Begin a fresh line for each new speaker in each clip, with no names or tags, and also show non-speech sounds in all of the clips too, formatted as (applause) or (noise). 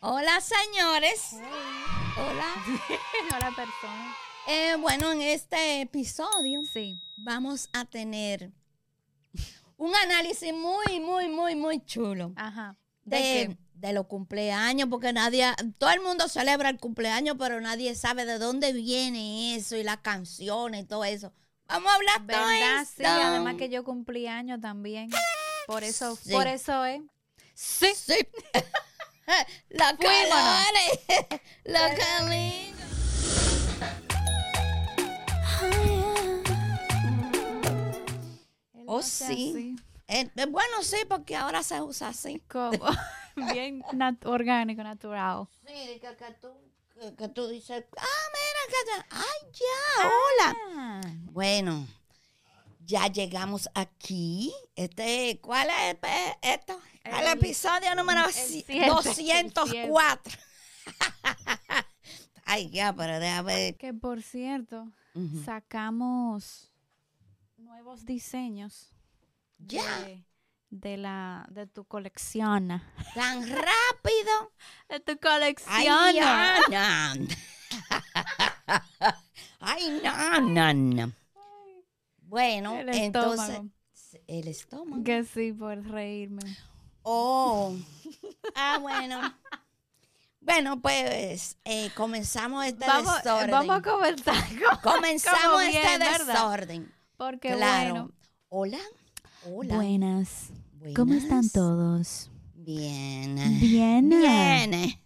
Hola, señores. Hola.
(laughs) Hola, persona.
Eh, bueno, en este episodio
Sí.
vamos a tener un análisis muy, muy, muy, muy chulo
Ajá. ¿De
de, de los cumpleaños, porque nadie, todo el mundo celebra el cumpleaños, pero nadie sabe de dónde viene eso y las canciones y todo eso. Vamos a
qué?
hablar todo
¿Verdad?
esto.
Sí, además que yo cumplí año también. Por eso,
Sí.
por eso es. Sí.
Sí. (laughs) los (laughs)
Fuímonos.
colores, los caminos.
Él
Oh,
no sea
sí.
así.
Eh, eh, bueno, sí, porque ahora se usa así.
Como (laughs) bien nat- orgánico, natural.
Sí, que, que tú, que, que tú dices, ah, mira, que ya- ay, ya, hola.
Ah,
Bueno, ya llegamos aquí. Este, ¿cuál es eh, esto? El,
El-
episodio número
el
ci-
siete,
204. (laughs) ay, ya, pero déjame ver.
Que por cierto,
Ujú.
sacamos nuevos diseños.
Ya,
De, de la de tu colección.
tan rápido.
De tu
Ay,
colección.
na, na. (laughs) Ay, na, na, na. Bueno,
El
entonces.
estómago.
El estómago.
Que sí, por reírme.
Oh.
(laughs)
Ah, bueno. Bueno, pues eh, comenzamos este
Vamos, eh,
desorden.
vamos a (laughs) comenzar con- como
comenzamos
bien,
este
¿verdad?
desorden.
Porque
claro.
bueno.
Hola. Hola.
Buenas. ¿Cómo están
Buenas.
todos?
Bien.
Bien.
Bien.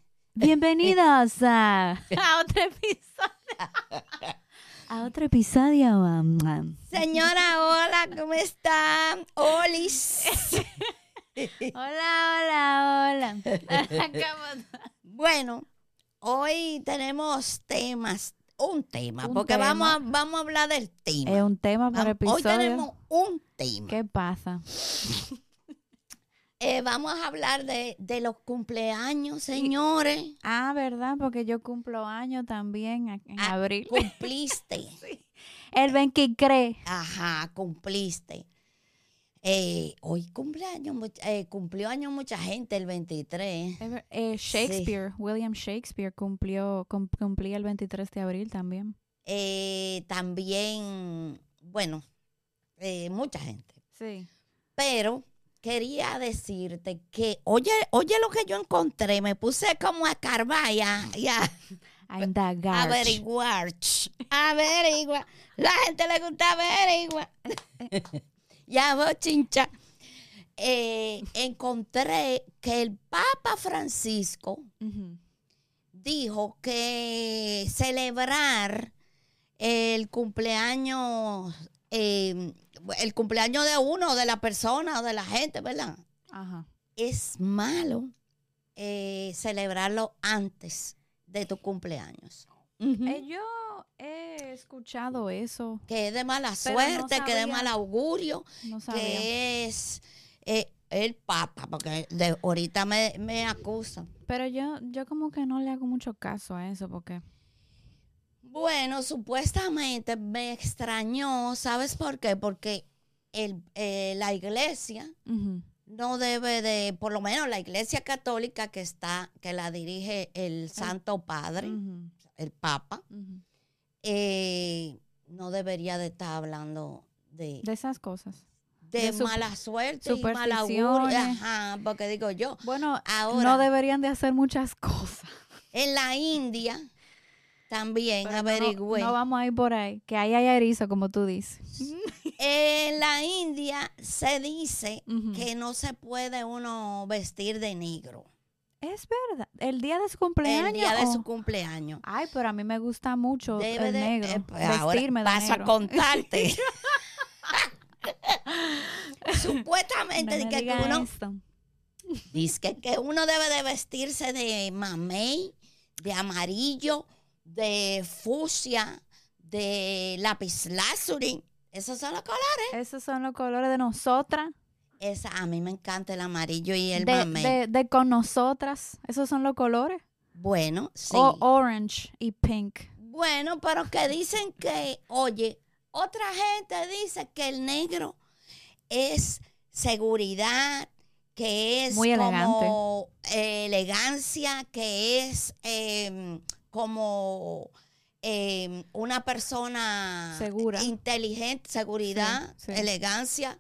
(laughs)
Bienvenidos a, a otro episodio. a otro episodio. um, um,
Señora, hola, ¿cómo está?
(laughs)
Olis. (laughs)
Hola, (laughs) hola, hola. ¿Cómo estás?
Bueno, hoy tenemos temas, un tema,
Un
porque
tema.
Vamos, a, vamos a hablar del tema.
es un tema por
Vam- hoy
episodio.
tenemos un tema.
¿Qué pasa?
Eh, vamos a hablar de, de los cumpleaños, señores.
Ah, ¿verdad? Porque yo cumplo año también a- en
Ah,
abril.
Cumpliste.
(laughs) El ven que cree.
Ajá, cumpliste. Eh, hoy cumpleaños, much- eh, cumplió años mucha gente el 23.
Es ver- eh, Shakespeare, William Shakespeare cumplió cum- cumplía el 23 de abril también.
Eh, también, bueno, eh, mucha gente.
Sí.
Pero quería decirte que, oye, oye lo que yo encontré, me puse como a escarbar y a, y a
A indagar.
averiguar. Averigua. La gente le gusta averigua. (laughs) ya vos, chincha. Eh, encontré que el Papa Francisco
Ujú.
dijo que celebrar el cumpleaños, eh, el cumpleaños de uno, de la persona, de la gente, ¿verdad?
Ajá.
es malo eh, celebrarlo antes de tu cumpleaños. Ujú.
Eh, yo he escuchado eso.
Que es de mala
Pero no
suerte, que de
sabía.
mal augurio,
No sabía.
que es eh, el papa, porque de- ahorita me, me acusan.
Pero yo, yo como que no le hago mucho caso a eso porque.
Bueno, supuestamente me extrañó, ¿sabes por qué? Porque el, eh, la iglesia
Ujú.
no debe de, por lo menos la iglesia católica que está, que la dirige el Santo Padre,
Ujú.
el Papa,
Ujú.
eh, no debería de estar hablando de,
De esas cosas.
de,
de sup-
mala suerte y mal augurio.
supersticiones.
Ajá, porque digo yo,
Bueno,
Ahora.
no deberían de hacer muchas (laughs) cosas.
en la India también
Pero no-
averigüé.
No, vamos a ir por ahí. Que ahí hay erizo, como tú dices.
En la India se dice
Ujú.
que no se puede uno vestir de negro
Es verdad. El día de su
el
cumpleaños.
día de
o-
su cumpleaños.
Ay, pero a mí me gusta mucho
Debe
el
de,
negro.
eh, pues, ahora
vestirme de
paso
negro.
a
(laughs)
contarte. (laughs) Supuestamente
No me
que
diga
uno
esto.
Dice que, que uno debe de vestirse de mamey, de amarillo, de fucsia, de lapislázuli. Esos son los colores.
Esos son los colores de nosotras.
Esa, a mí me encanta el amarillo y el
de,
mamey.
de- de con nosotras. Esos son los colores.
Bueno, sí.
O orange y pink.
Bueno, pero que dicen que, oye, otra gente dice que el negro es seguridad, que es
Muy
como eh, elegancia, que es eh, como eh, una persona
Segura.
inteligente, seguridad,
Sí, sí.
elegancia,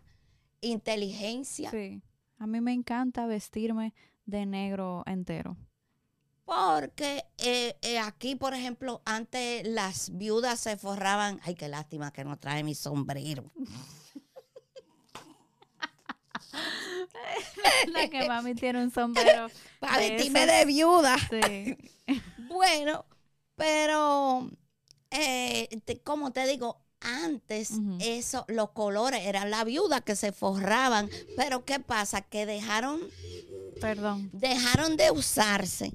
inteligencia.
Sí. A mí me encanta vestirme de negro
(laughs)
entero.
Porque eh, eh, aquí, por ejemplo, antes las viudas se forraban. Ay, qué lástima que no trae mi sombrero.
La que mami tiene un
(laughs)
sombrero.
Para
De
vestirme
esas-
de viuda.
Sí.
Bueno, pero eh, te- como te digo, antes
Ujú.
eso, los colores eran la viuda que se forraban, pero ¿qué pasa? Que dejaron,
Perdón.
dejaron de usarse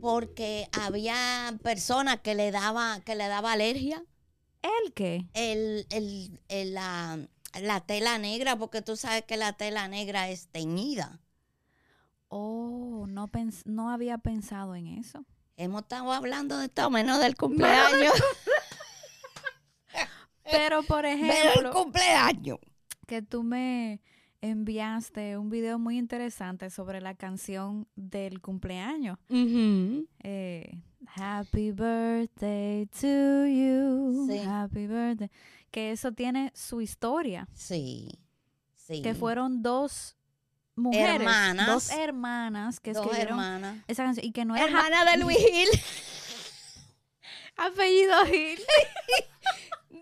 porque había personas que le daba, que le daba alergia
¿El qué?
el, el- el- la, la tela negra, porque tú sabes que la tela negra es teñida.
Oh, no, pens- no había pensado en eso.
Hemos estado hablando de esto menos del cumpleaños.
Pero,
(laughs)
por
Menos Eh, el
ejemplo,
cumpleaños.
que tú me enviaste un video muy interesante sobre la canción del cumpleaños. Eh, Happy birthday to you.
Sí.
Happy birthday. Que eso tiene su historia.
Sí, sí.
Que fueron dos mujeres.
Hermanas.
Dos hermanas que
dos
escribieron
hermanas.
esa canción. Y que no era ja-
Hermana de Luis Gil (laughs)
apellido Gil.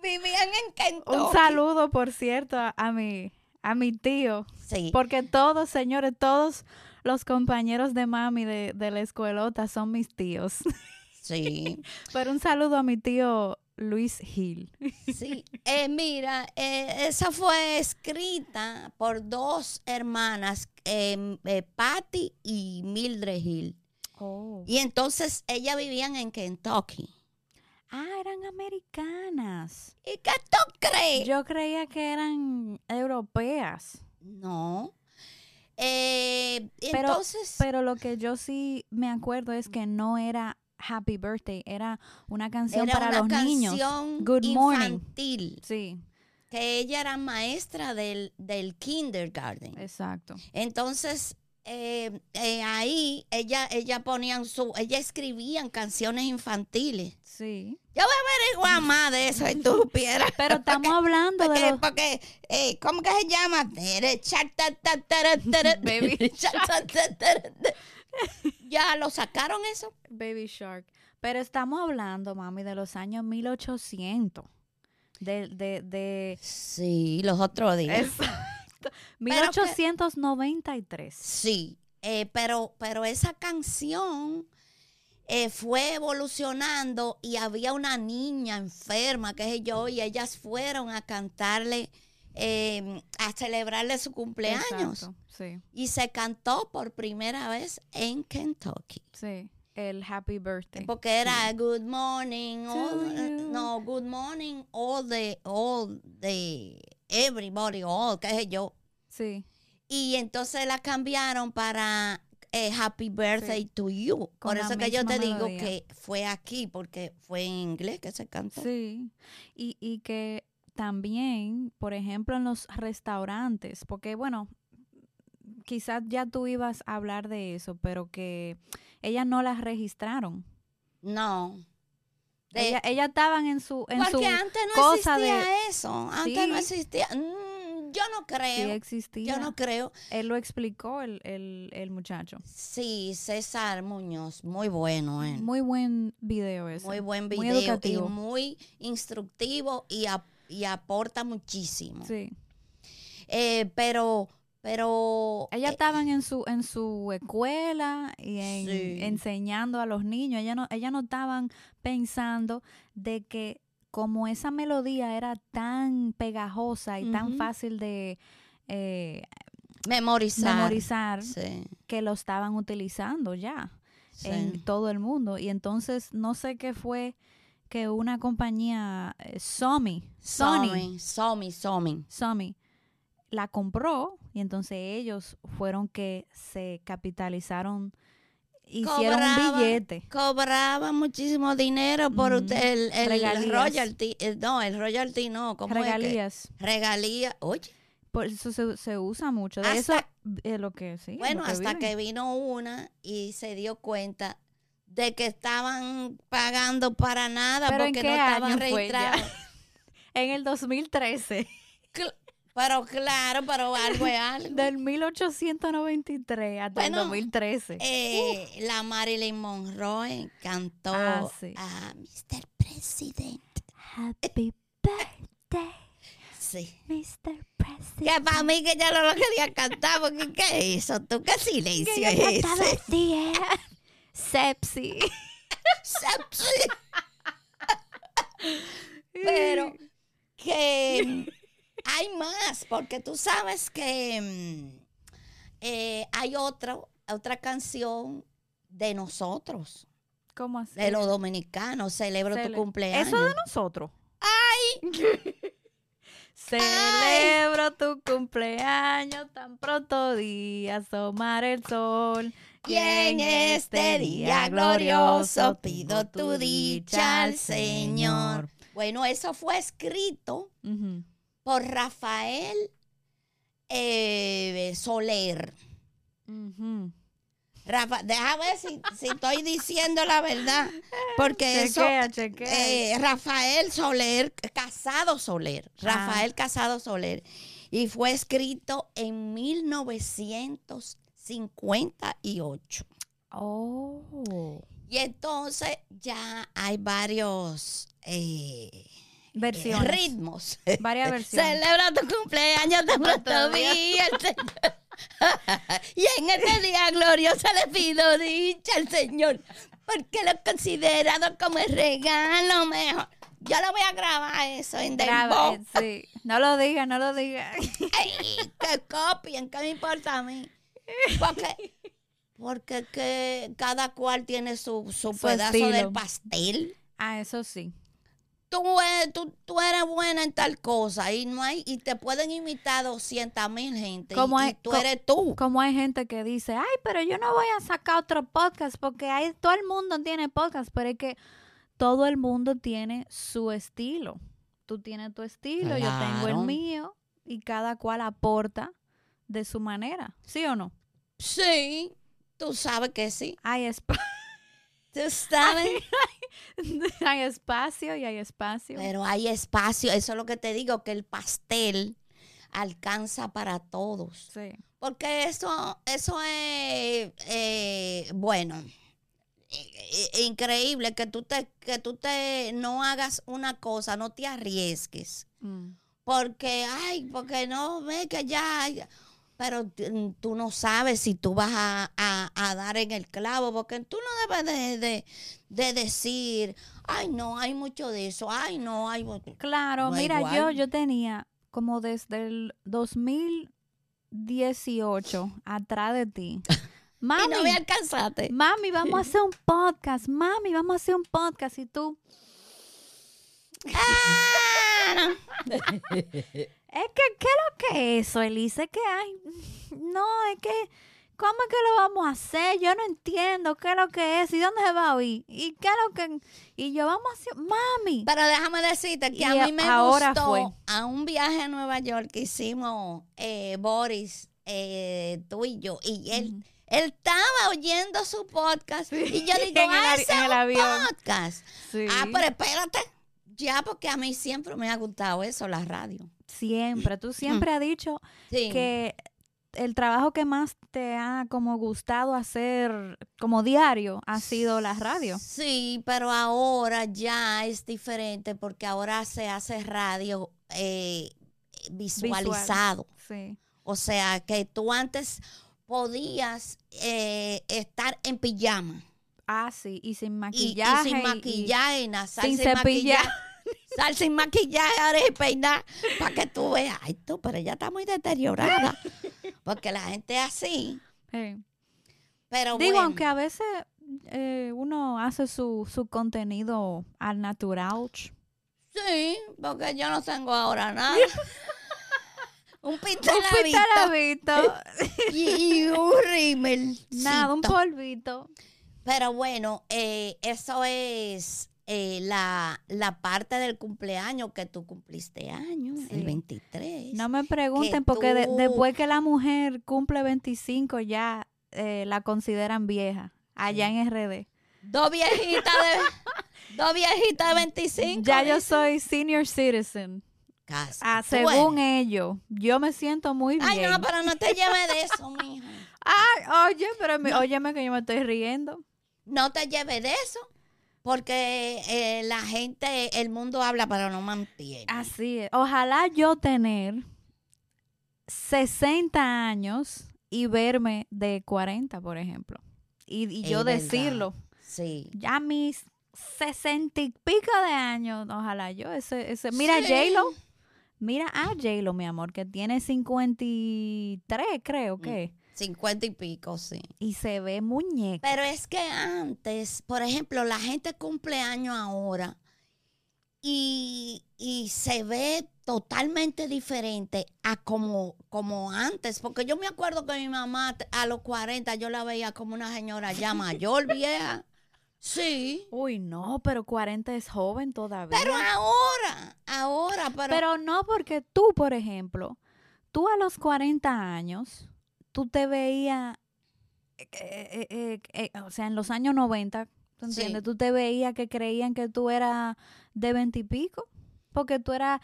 vivían en Kentucky.
Un saludo, por cierto, a, a mi, a mi tío.
Sí.
Porque todos, señores, todos los compañeros de mami de, de la escuelota son mis tíos. (laughs)
Sí,
Pero un saludo a mi tío Luis Gil.
sí. Eh, mira, eh, esa fue escrita por dos hermanas, eh, eh, Patty y Mildred Hill. Y entonces ellas vivían en Kentucky.
Ah, eran americanas.
¿Y qué tú crees?
Yo creía que eran europeas.
No. Eh,
Pero-
entonces,
Pero lo que yo sí me acuerdo es que no era Happy Birthday, era una canción
era
para
una
los niños.
canción
Good morning.
infantil.
Sí,
Que ella era maestra del, del kindergarten.
exacto.
Entonces, eh, eh, ahí ella, ella ponían su, ella escribían canciones infantiles. (laughs)
Sí.
Pero (laughs) igual más de eso, si tú (laughs) supieras.
Pero estamos hablando de
Porque,
los...
porque eh, ¿cómo que se llama? Tere, cha, ta, ta, tara, (laughs) tara,
Baby
cha, ta, ta, tara, tara. Ya lo sacaron eso.
Baby Shark. Pero estamos hablando, mami, de los años 1800. De, de, de
Sí, los otros días.
Exacto.
(laughs) Pero que-
1893.
Sí, eh, pero, pero esa canción eh, fue evolucionando y había una niña enferma, qué sé yo, y ellas fueron a cantarle, eh, a celebrarle su cumpleaños.
Exacto, Sí,
Y se cantó por primera vez en Kentucky.
sí. El Happy Birthday.
Porque era Good Morning, all,
To you.
no, Good Morning, all the, all the, everybody, all, qué sé yo.
Sí.
Y entonces la cambiaron para eh, Happy Birthday to You.
Con
Por
la
eso que yo
misma
te digo
melodía.
que fue aquí, porque fue en inglés que se cantó.
Sí, y, y que también, por ejemplo, en los restaurantes, porque bueno, quizás ya tú ibas a hablar de eso, pero que ellas no las registraron.
No. De-
Ella- Ellas estaban en su... En su
porque antes no
cosa
existía
de-
eso. Antes no
Sí.
existía. Mm, yo no
sí
creo.
existía.
yo no creo.
Él lo explicó, el, el, el muchacho.
Sí, César Muñoz, muy bueno. él.
Muy buen video ese.
Muy buen video
muy educativo.
y muy instructivo y, ap- y aporta muchísimo.
Sí.
Eh, pero, pero...
Ellas
eh,
estaban en su en su escuela y en-
Sí.
enseñando a los niños. Ellas no, ellas no estaban pensando de que como esa melodía era tan pegajosa y tan
Ujú.
fácil de eh,
memorizar.
memorizar,
Sí,
que lo estaban utilizando ya
sí.
en todo el mundo. Y entonces no sé qué fue que una compañía, eh, Sony, Sony,
Somi, Somi, Somi.
Sony la compró y entonces ellos fueron que se capitalizaron, hicieron
Cobraban
un billete.
Cobraba muchísimo dinero por
Ujú.
usted- el, el
Regalías.
royalty. eh, no, el royalty no. ¿cómo es que?
Regalías.
Regalía. Oye,
Por eso se, se usa mucho. De eso,
hasta
Es lo que sí. es
Bueno,
lo que
hasta
viven.
que vino una y se dio cuenta de que estaban pagando para nada
¿Pero en
porque
qué
no estaban
año fue ya?
registrados.
En
(laughs)
el 2013,
Cl- Pero claro, pero algo
(laughs)
es algo.
del 1893 hasta
Bueno,
el 2013.
Eh, la Marilyn Monroe cantó
Ah, sí.
a Mr. President.
Happy birthday,
Sí.
Mr.
Que
President.
para mí que ya no lo quería cantar, porque ¿qué es eso? ¿Tú qué silencio es ese? (laughs)
Sepsi.
Pero que mm, hay más, porque tú sabes que mm, eh, hay otro, otra canción de nosotros,
(laughs) ¿Cómo así?
de los dominicanos, Celebro
Cele-
tu cumpleaños.
Eso de nosotros. (laughs) Celebro tu cumpleaños, tan pronto día asomar el sol.
Y en este día glorioso pido tu dicha al Señor. Bueno, eso fue escrito
Ujú.
por Rafael eh, Soler.
Ujú.
Rafa, deja ver si, si estoy diciendo la verdad, porque eso...
Chequea, chequea.
Eh, Rafael Soler, Casado Soler,
Ah.
Rafael Casado Soler, y fue escrito en 1958.
Oh.
Y entonces ya hay varios eh, eh,
Versiones.
ritmos.
Varias versiones.
Celebra tu cumpleaños de pronto
día.
vi el Señor. (laughs) y en este día glorioso le pido dicha al Señor, porque lo he considerado como el regalo mejor. Yo lo voy a grabar eso en
Graba,
Dembow.
eh, sí. No lo diga, no lo diga. (laughs)
(laughs) Ay, que copien, que me importa a mí. Porque, porque que cada cual tiene su, su
Su
pedazo del
estilo.
pastel.
Ah, eso sí.
Tú, eh, tú, tú eres buena en tal cosa y no hay y te pueden imitar 200 mil gente y-
Como
y,
hay-
tú
co-
eres tú.
Como hay gente que dice, ay, pero yo no voy a sacar otro podcast porque hay, todo el mundo tiene podcast, pero es que todo el mundo tiene su estilo. Tú tienes tu estilo, yo tengo
Claro.
el mío y cada cual aporta de su manera, ¿sí o no?
Sí, tú sabes que sí.
Hay, espa- (laughs)
Tú sabes.
hay espacio y hay espacio.
Pero hay espacio, eso es lo que te digo, que el pastel alcanza para todos.
Sí.
Porque eso, eso es, eh, bueno, i- i- increíble que tú, te, que tú te no hagas una cosa, no te arriesgues.
Mm.
Porque, ay, porque no, ve que ya... ay, pero t- mm, tú no sabes si tú vas a, a- a dar en el clavo, porque tú no debes de, de- de decir, ay, no, hay mucho de eso, ay, no, hay... mu-".
Claro,
Da
mira, yo,
igual.
yo tenía como desde el 2018 atrás de ti. Mami,
(laughs) Y no me alcanzaste. (laughs)
mami, vamos a hacer un podcast, mami, vamos a hacer un podcast. Y tú,
Ah,
es que, ¿qué es lo que es eso, Elise? Que hay, (laughs) no, es que, ¿cómo es que lo vamos a hacer? Yo no entiendo qué es lo que es y dónde se va a oír. Y qué es lo que, y yo vamos a hacer, mami.
Pero déjame decirte que
Y
a mí me
ahora
gustó
fue.
a un viaje a Nueva York que hicimos eh, Boris, eh, tú y yo, y él,
Ujú.
él estaba oyendo su podcast y
(laughs)
yo digo,
en el,
ah,
avi-
ese
en el
es
avión.
un podcast.
Sí.
Ah, pero espérate, ya porque a mí siempre me ha gustado eso, la radio.
Siempre, tú siempre has dicho
Mm. Sí.
que el trabajo que más te ha como gustado hacer como diario ha sido la radio.
Sí, pero ahora ya es diferente porque ahora se hace radio eh, visualizado.
Sí.
O sea, que tú antes podías eh, estar en pijama.
Ah, sí, y
Y,
sin
y
maquillaje.
sin
y-
maquillaje, y nada, sal
sin
maquillaje.
cepillar.
Sal sin maquillaje, ahora y peinar. Para que tú veas, ay tú, pero ya está muy
(laughs)
deteriorada. Porque la gente es así.
Sí.
Pero
Digo,
bueno,
aunque a veces eh, uno hace su, su contenido al natural.
sí, porque yo no tengo ahora
(laughs)
nada. un
Un
pintelavito
pitalavito,
(laughs) y, y un rímel.
nada, un polvito.
Pero bueno, eh, eso es eh, la, la parte del cumpleaños que tú cumpliste año,
Sí.
el 23.
No me pregunten porque de-
tú-
después que la mujer cumple 25 ya eh, la consideran vieja allá en RD.
Dos viejitas
(laughs)
de, dos viejitas de 25.
Ya yo
dice.
soy senior citizen.
Casi.
Ah,
Tú eres.
según ellos, yo me siento muy bien.
Ay, no, pero no te lleves de eso, mija.
Ay, oye, pero me- óyeme que yo me estoy riendo.
No te lleves de eso. Porque eh, la gente, el mundo habla, pero no mantiene.
Así es. Ojalá yo tener 60 años y verme de 40, por ejemplo. Y, y
Es
yo
verdad.
decirlo.
Sí.
ya mis sesenta y pico de años, ojalá yo, ese, ese, mira
Sí.
J-Lo, mira a J-Lo, mi amor, que tiene 53,
Mm.
creo que,
50 y pico, sí.
y se ve muñeca.
Pero es que antes, por ejemplo, la gente cumple años ahora y, y se ve totalmente diferente a como, como antes. Porque yo me acuerdo que mi mamá t- a los 40 yo la veía como una señora (laughs) ya mayor, vieja. Sí.
Uy, no, pero 40 es joven todavía.
Pero ahora, ahora, pero,
Pero no porque tú, por ejemplo, tú a los 40 años, tú te veías, eh, eh, eh, eh, eh, o sea, en los años 90,
Sí.
¿tú entiendes? Tú te veías que creían que tú eras de 20 y pico, porque tú eras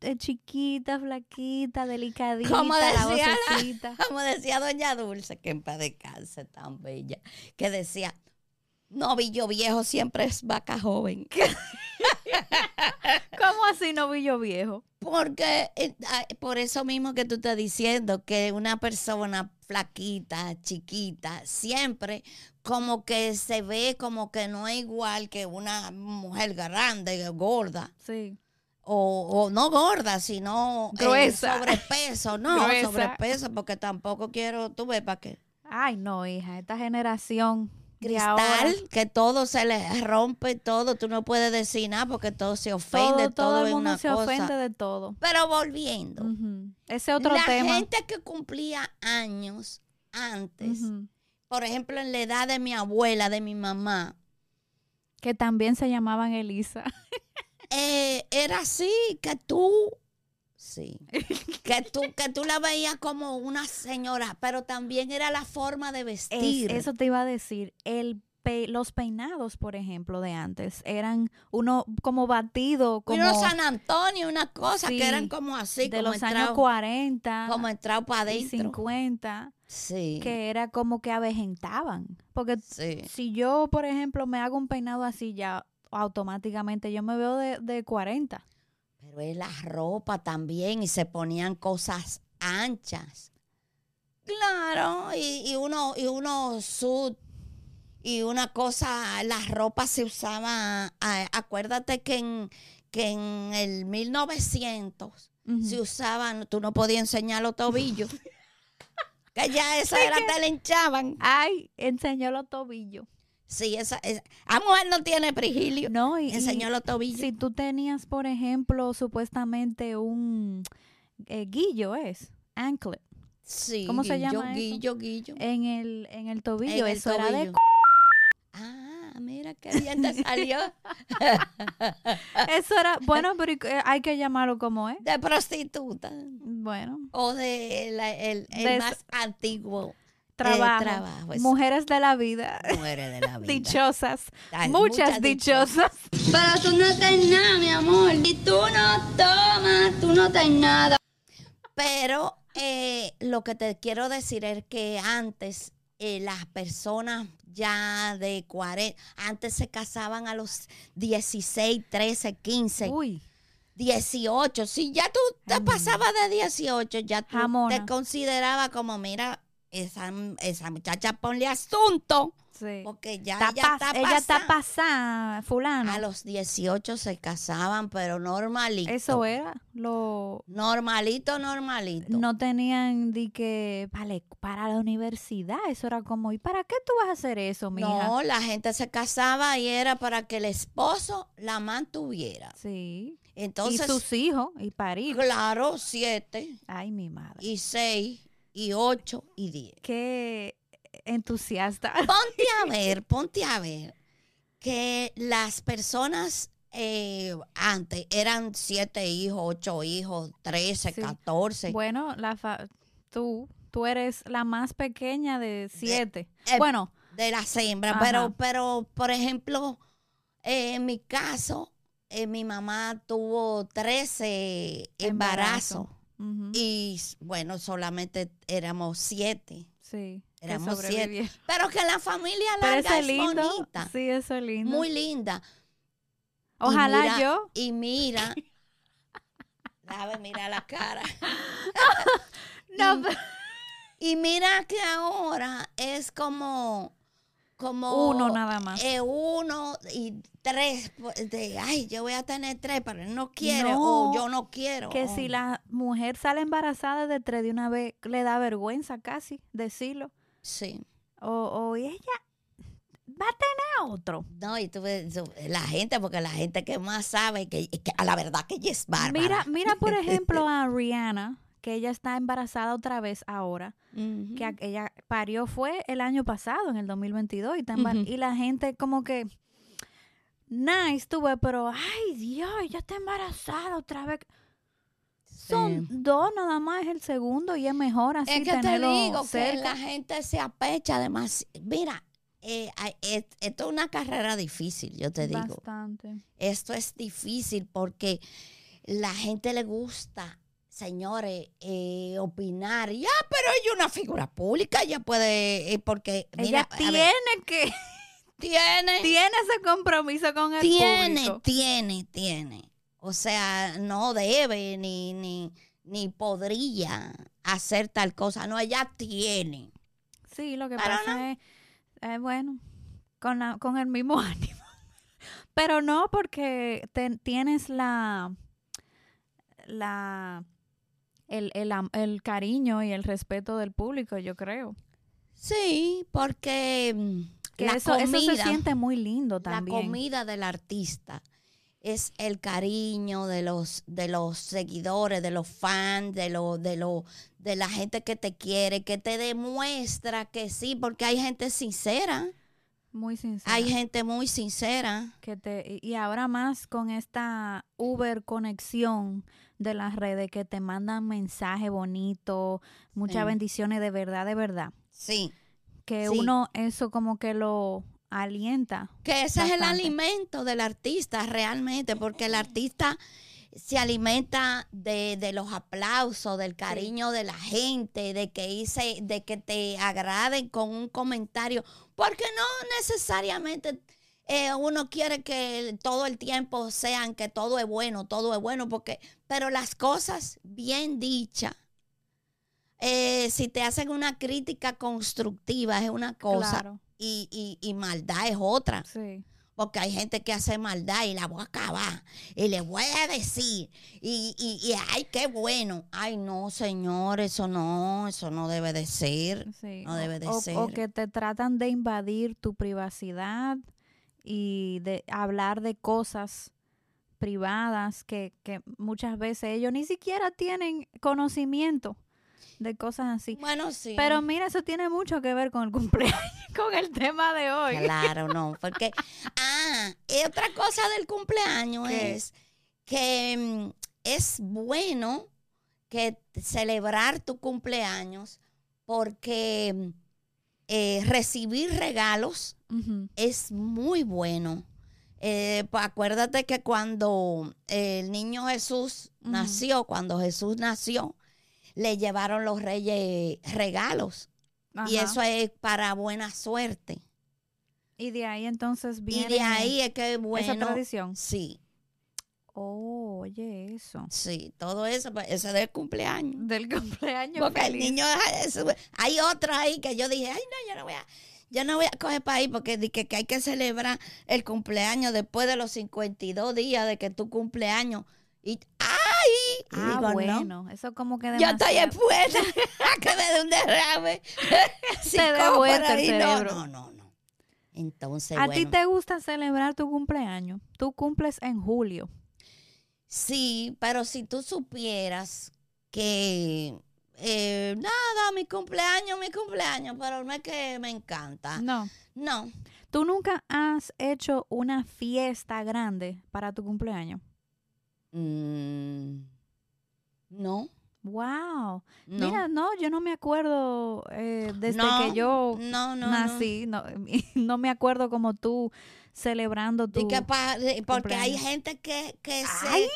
eh, chiquita, flaquita, delicadita,
decía
la
la- (laughs)
vocecita. (laughs)
como decía doña Dulce, que en paz descanse tan bella, que decía, novillo viejo siempre es vaca joven. (laughs)
¿Cómo así novillo viejo?
Porque eh, ah, por eso mismo que tú estás diciendo que una persona flaquita, chiquita, siempre como que se ve como que no es igual que una mujer grande, gorda,
Sí.
o, o no gorda, sino eh,
Gruesa. (laughs)
sobrepeso, no,
Gruesa.
sobrepeso, porque tampoco quiero, tú ves, para qué.
Ay, no, hija, esta generación de ahora,
Cristal, que todo se le rompe, todo, tú no puedes decir nada porque todo se ofende,
todo,
todo,
todo el
es
mundo
una
se
cosa.
ofende de todo.
Pero volviendo.
Ujú. Ese otro
la
tema.
gente que cumplía años antes,
Ujú.
por ejemplo, en la edad de mi abuela, de mi mamá,
Que también se llamaban Elisa.
eh, era así que tú,
(laughs)
sí, que tú, que tú la veías como una señora, pero también era la forma de vestir.
(laughs) Es- eso te iba a decir. El pe- los peinados, por ejemplo, de antes eran uno como batido,
Y
como
unos San Antonio, unas cosas
Sí,
que eran como así,
de
como
los años
entrado-
40
como entrado para
y
adentro.
50,
Sí,
que era como que avejentaban. Porque
sí.
si yo, por ejemplo, me hago un peinado así, ya automáticamente yo me veo de, de 40.
Pero es la ropa también y se ponían cosas anchas. Claro, y, y uno y uno sud y una cosa, la ropa se usaba, a- acuérdate que en que en el 1900
Ujú.
se usaban, tú no podías enseñar los (laughs) tobillos. que ya esa era te la hinchaban.
Ay, enseñó los tobillos.
Sí, esa, esa a mujer no tiene prigilio.
No, y, y-
enseñó los tobillos.
Si tú tenías, por ejemplo, supuestamente un eh, guillo es, anklet,
Sí,
¿cómo se
guillo,
llama eso?
guillo, guillo.
en el, en el tobillo,
En el
eso era de
tobillo. Ah, mira qué bien (laughs) te salió.
c- (laughs) eso era, bueno, pero y c- eh, hay que llamarlo como es.
De prostituta.
Bueno,
O de la- el, el
De
más antiguo
trabajo.
Eh, trabajo, eso.
Mujeres de la vida,
muere de (laughs) la vida.
(laughs) dichosas,
Ay,
muchas,
muchas
dichosas.
Pero tú no estás nada, mi amor. Y tú no tomas, tú no estás nada.
Pero eh, lo que te quiero decir es que antes eh, las personas ya de 40, antes se casaban a los 16, 13, 15,
Uy,
18. Si ya tú te
Mm.
pasabas de 18, ya tú
Jamona.
te consideraba como, mira, esa, esa muchacha ponle asunto.
sí.
Porque ya
Está
ah, ella
pas-
está
ella está
pasada.
pasada, fulano.
A los 18 se casaban, pero normalito.
Eso era, lo...
Normalito, normalito.
No tenían di que, vale, para la universidad, eso era como, ¿y para qué tú vas a hacer eso, mija?
No, la gente se casaba y era para que el esposo la mantuviera.
Sí.
Entonces,
y sus hijos y parir.
claro, siete
Ay, mi madre.
y seis y ocho y diez.
Qué entusiasta.
Ponte a ver, ponte a ver. que las personas eh, antes eran siete hijos, ocho hijos, trece,
Sí.
catorce.
Bueno, la fa- tú, tú eres la más pequeña de siete.
eh,
bueno,
de las hembras,
Ajá.
pero, pero, por ejemplo, eh, en mi caso, eh, mi mamá tuvo 13 embarazos
Embarazo. ujú,
y bueno, solamente éramos siete.
sí, que
éramos siete.
sobrevivieron.
Pero que la familia
Pero
larga
eso
es
es lindo.
bonita,
Sí, eso es lindo.
muy linda. Y
Ojalá
mira-
yo.
Y
(laughs)
mira, ver, mira la cara.
No,
y-
pero-
Y mira que ahora es como, como
(laughs) uno nada más.
eh, uno y tres, pues, de, ay, yo voy a tener tres, pero él no quiere o
No,
yo no quiero.
que
o-
si la mujer sale embarazada de tres de una vez, le da vergüenza casi decirlo.
Sí.
O, o y ella va a tener otro.
No, y tú ves, tú- la gente, porque la gente que más sabe, que, que a la verdad que ella es bárbara.
Mira, mira
(laughs)
por ejemplo a Rihanna, que ella está embarazada otra vez ahora,
Ujú.
que a- ella parió fue el año pasado, en el 2022, y, está embar-
Ujú.
y la gente como que, nice, tú ves, pero, ay Dios, ella está embarazada otra vez. Son dos, nada más es el segundo y es mejor así
es que te
tenerlo
digo que
cerca.
la gente se apecha demasiado. Mira, eh, ay, es- esto es una carrera difícil, yo te digo.
Bastante.
Esto es difícil porque la gente le gusta, señores, eh, opinar. Ya, pero ella es una figura pública, ella puede, eh, porque mira,
Ella
a ver,
tiene que, (laughs)
tiene,
tiene ese compromiso con el
tiene,
público.
tiene, tiene. O sea, no debe ni, ni, ni podría hacer tal cosa. No, ella tiene.
Sí, lo que
Pero
pasa es, eh, bueno, con, la- con el mismo (laughs) ánimo. Pero no porque te- tienes la, la, el, el, am- el cariño y el respeto del público, yo creo.
Sí, porque mm,
Que
la
eso, eso se
comida-
siente muy lindo también.
La comida del artista es el cariño de los de los seguidores, de los fans, de los de los de la gente que te quiere, que te demuestra que sí, porque hay gente sincera,
Muy sincero.
hay gente muy sincera.
que te y- y ahora más con esta Uber conexión de las redes que te mandan mensajes bonitos, muchas
Sí.
bendiciones de verdad, de verdad,
Sí,
que
Sí.
uno eso como que lo alienta.
que ese es el
Bastante.
alimento del artista realmente, porque el artista se alimenta de, de los aplausos, del cariño de la gente, de que hice, de que te agraden con un comentario, porque no necesariamente eh, uno quiere que todo el tiempo sean que todo es bueno, todo es bueno, porque, pero las cosas bien dichas, eh, si te hacen una crítica constructiva es una cosa
Claro.
y, y, y maldad es otra.
Sí.
Porque hay gente que hace maldad y la voy a acabar. Y le voy a decir. Y, y, y, ay, qué bueno. Ay, no, señor, eso no, eso no debe de ser.
sí.
No
O-
debe de
o, o
ser.
que te tratan de invadir tu privacidad y de hablar de cosas privadas que, que muchas veces ellos ni siquiera tienen conocimiento de cosas así.
Bueno, sí.
Pero mira, eso tiene mucho que ver con el (laughs) cumpleaños, con el tema de hoy.
Claro, no, porque... Ah, y otra cosa del cumpleaños
¿Qué?
es que mm, es bueno que t- celebrar tu cumpleaños porque mm, eh, recibir regalos
Ujú.
es muy bueno. Eh, pa- acuérdate que cuando el niño Jesús
Ujú.
nació, cuando Jesús nació, le llevaron los reyes regalos. Y
Ajá.
eso es para buena suerte.
Y de ahí entonces viene
Y de ahí es que,
esa
bueno,
tradición.
sí,
Oh, oye, eso.
sí, todo eso, pues, eso es del cumpleaños.
Del (laughs) cumpleaños
Porque el
feliz.
niño Jesús, hay otros ahí que yo dije, ay, no, yo no voy a, yo no voy a coger para ahí porque di que- que hay que celebrar el cumpleaños después de los 52 días de que tu cumpleaños. Y, ¡ay! Y
Ah,
digo, no,
bueno, eso como que
yo estoy
demasiado-
expuesta a que me dé un derrame.
(laughs) Te da
psicópata,
vuelta el
y no,
cerebro.
no, no, no. Entonces,
A ti
bueno,
te gusta celebrar tu cumpleaños. Tú cumples en julio.
sí, pero si tú supieras que... eh, Ah. nada, mi cumpleaños, mi cumpleaños, pero no es que me encanta.
No.
No,
¿Tú nunca has hecho una fiesta grande para tu cumpleaños?
Mm, no,
¡Wow!
no.
Mira, no, yo no me acuerdo eh, desde
No,
que yo
no, no, no.
nací, no. (laughs) no me acuerdo como tú celebrando tu...
Y que pa- eh, porque hay
cumpleaños.
gente que, que se-
Ay.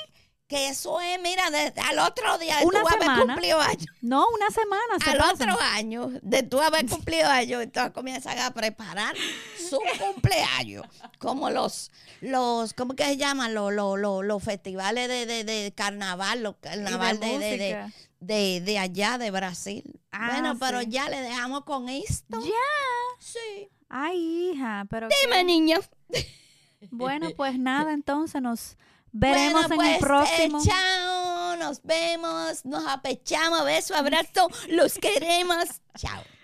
que eso es, mira, de- al otro día de
Una
tú haber
semana.
cumplido años,
No, una semana (laughs) se
al
pasan.
otro año de tú haber cumplido años, entonces comienzan a preparar
(laughs)
su cumpleaños, como los, los, ¿cómo que se llaman? Los, los, los, los festivales de, de, de carnaval, los
Y de
carnaval de, de, de-
música.
de- de allá, de Brasil.
Ah,
bueno, pero
sí.
ya le dejamos con esto.
Ya.
Sí.
Ay, hija, pero...
Dime, niña. (laughs)
Bueno, pues nada, entonces nos veremos
Bueno,
en
pues,
el próximo.
eh, chao, nos vemos, nos apechamos, beso, abrazo, los queremos. Chao.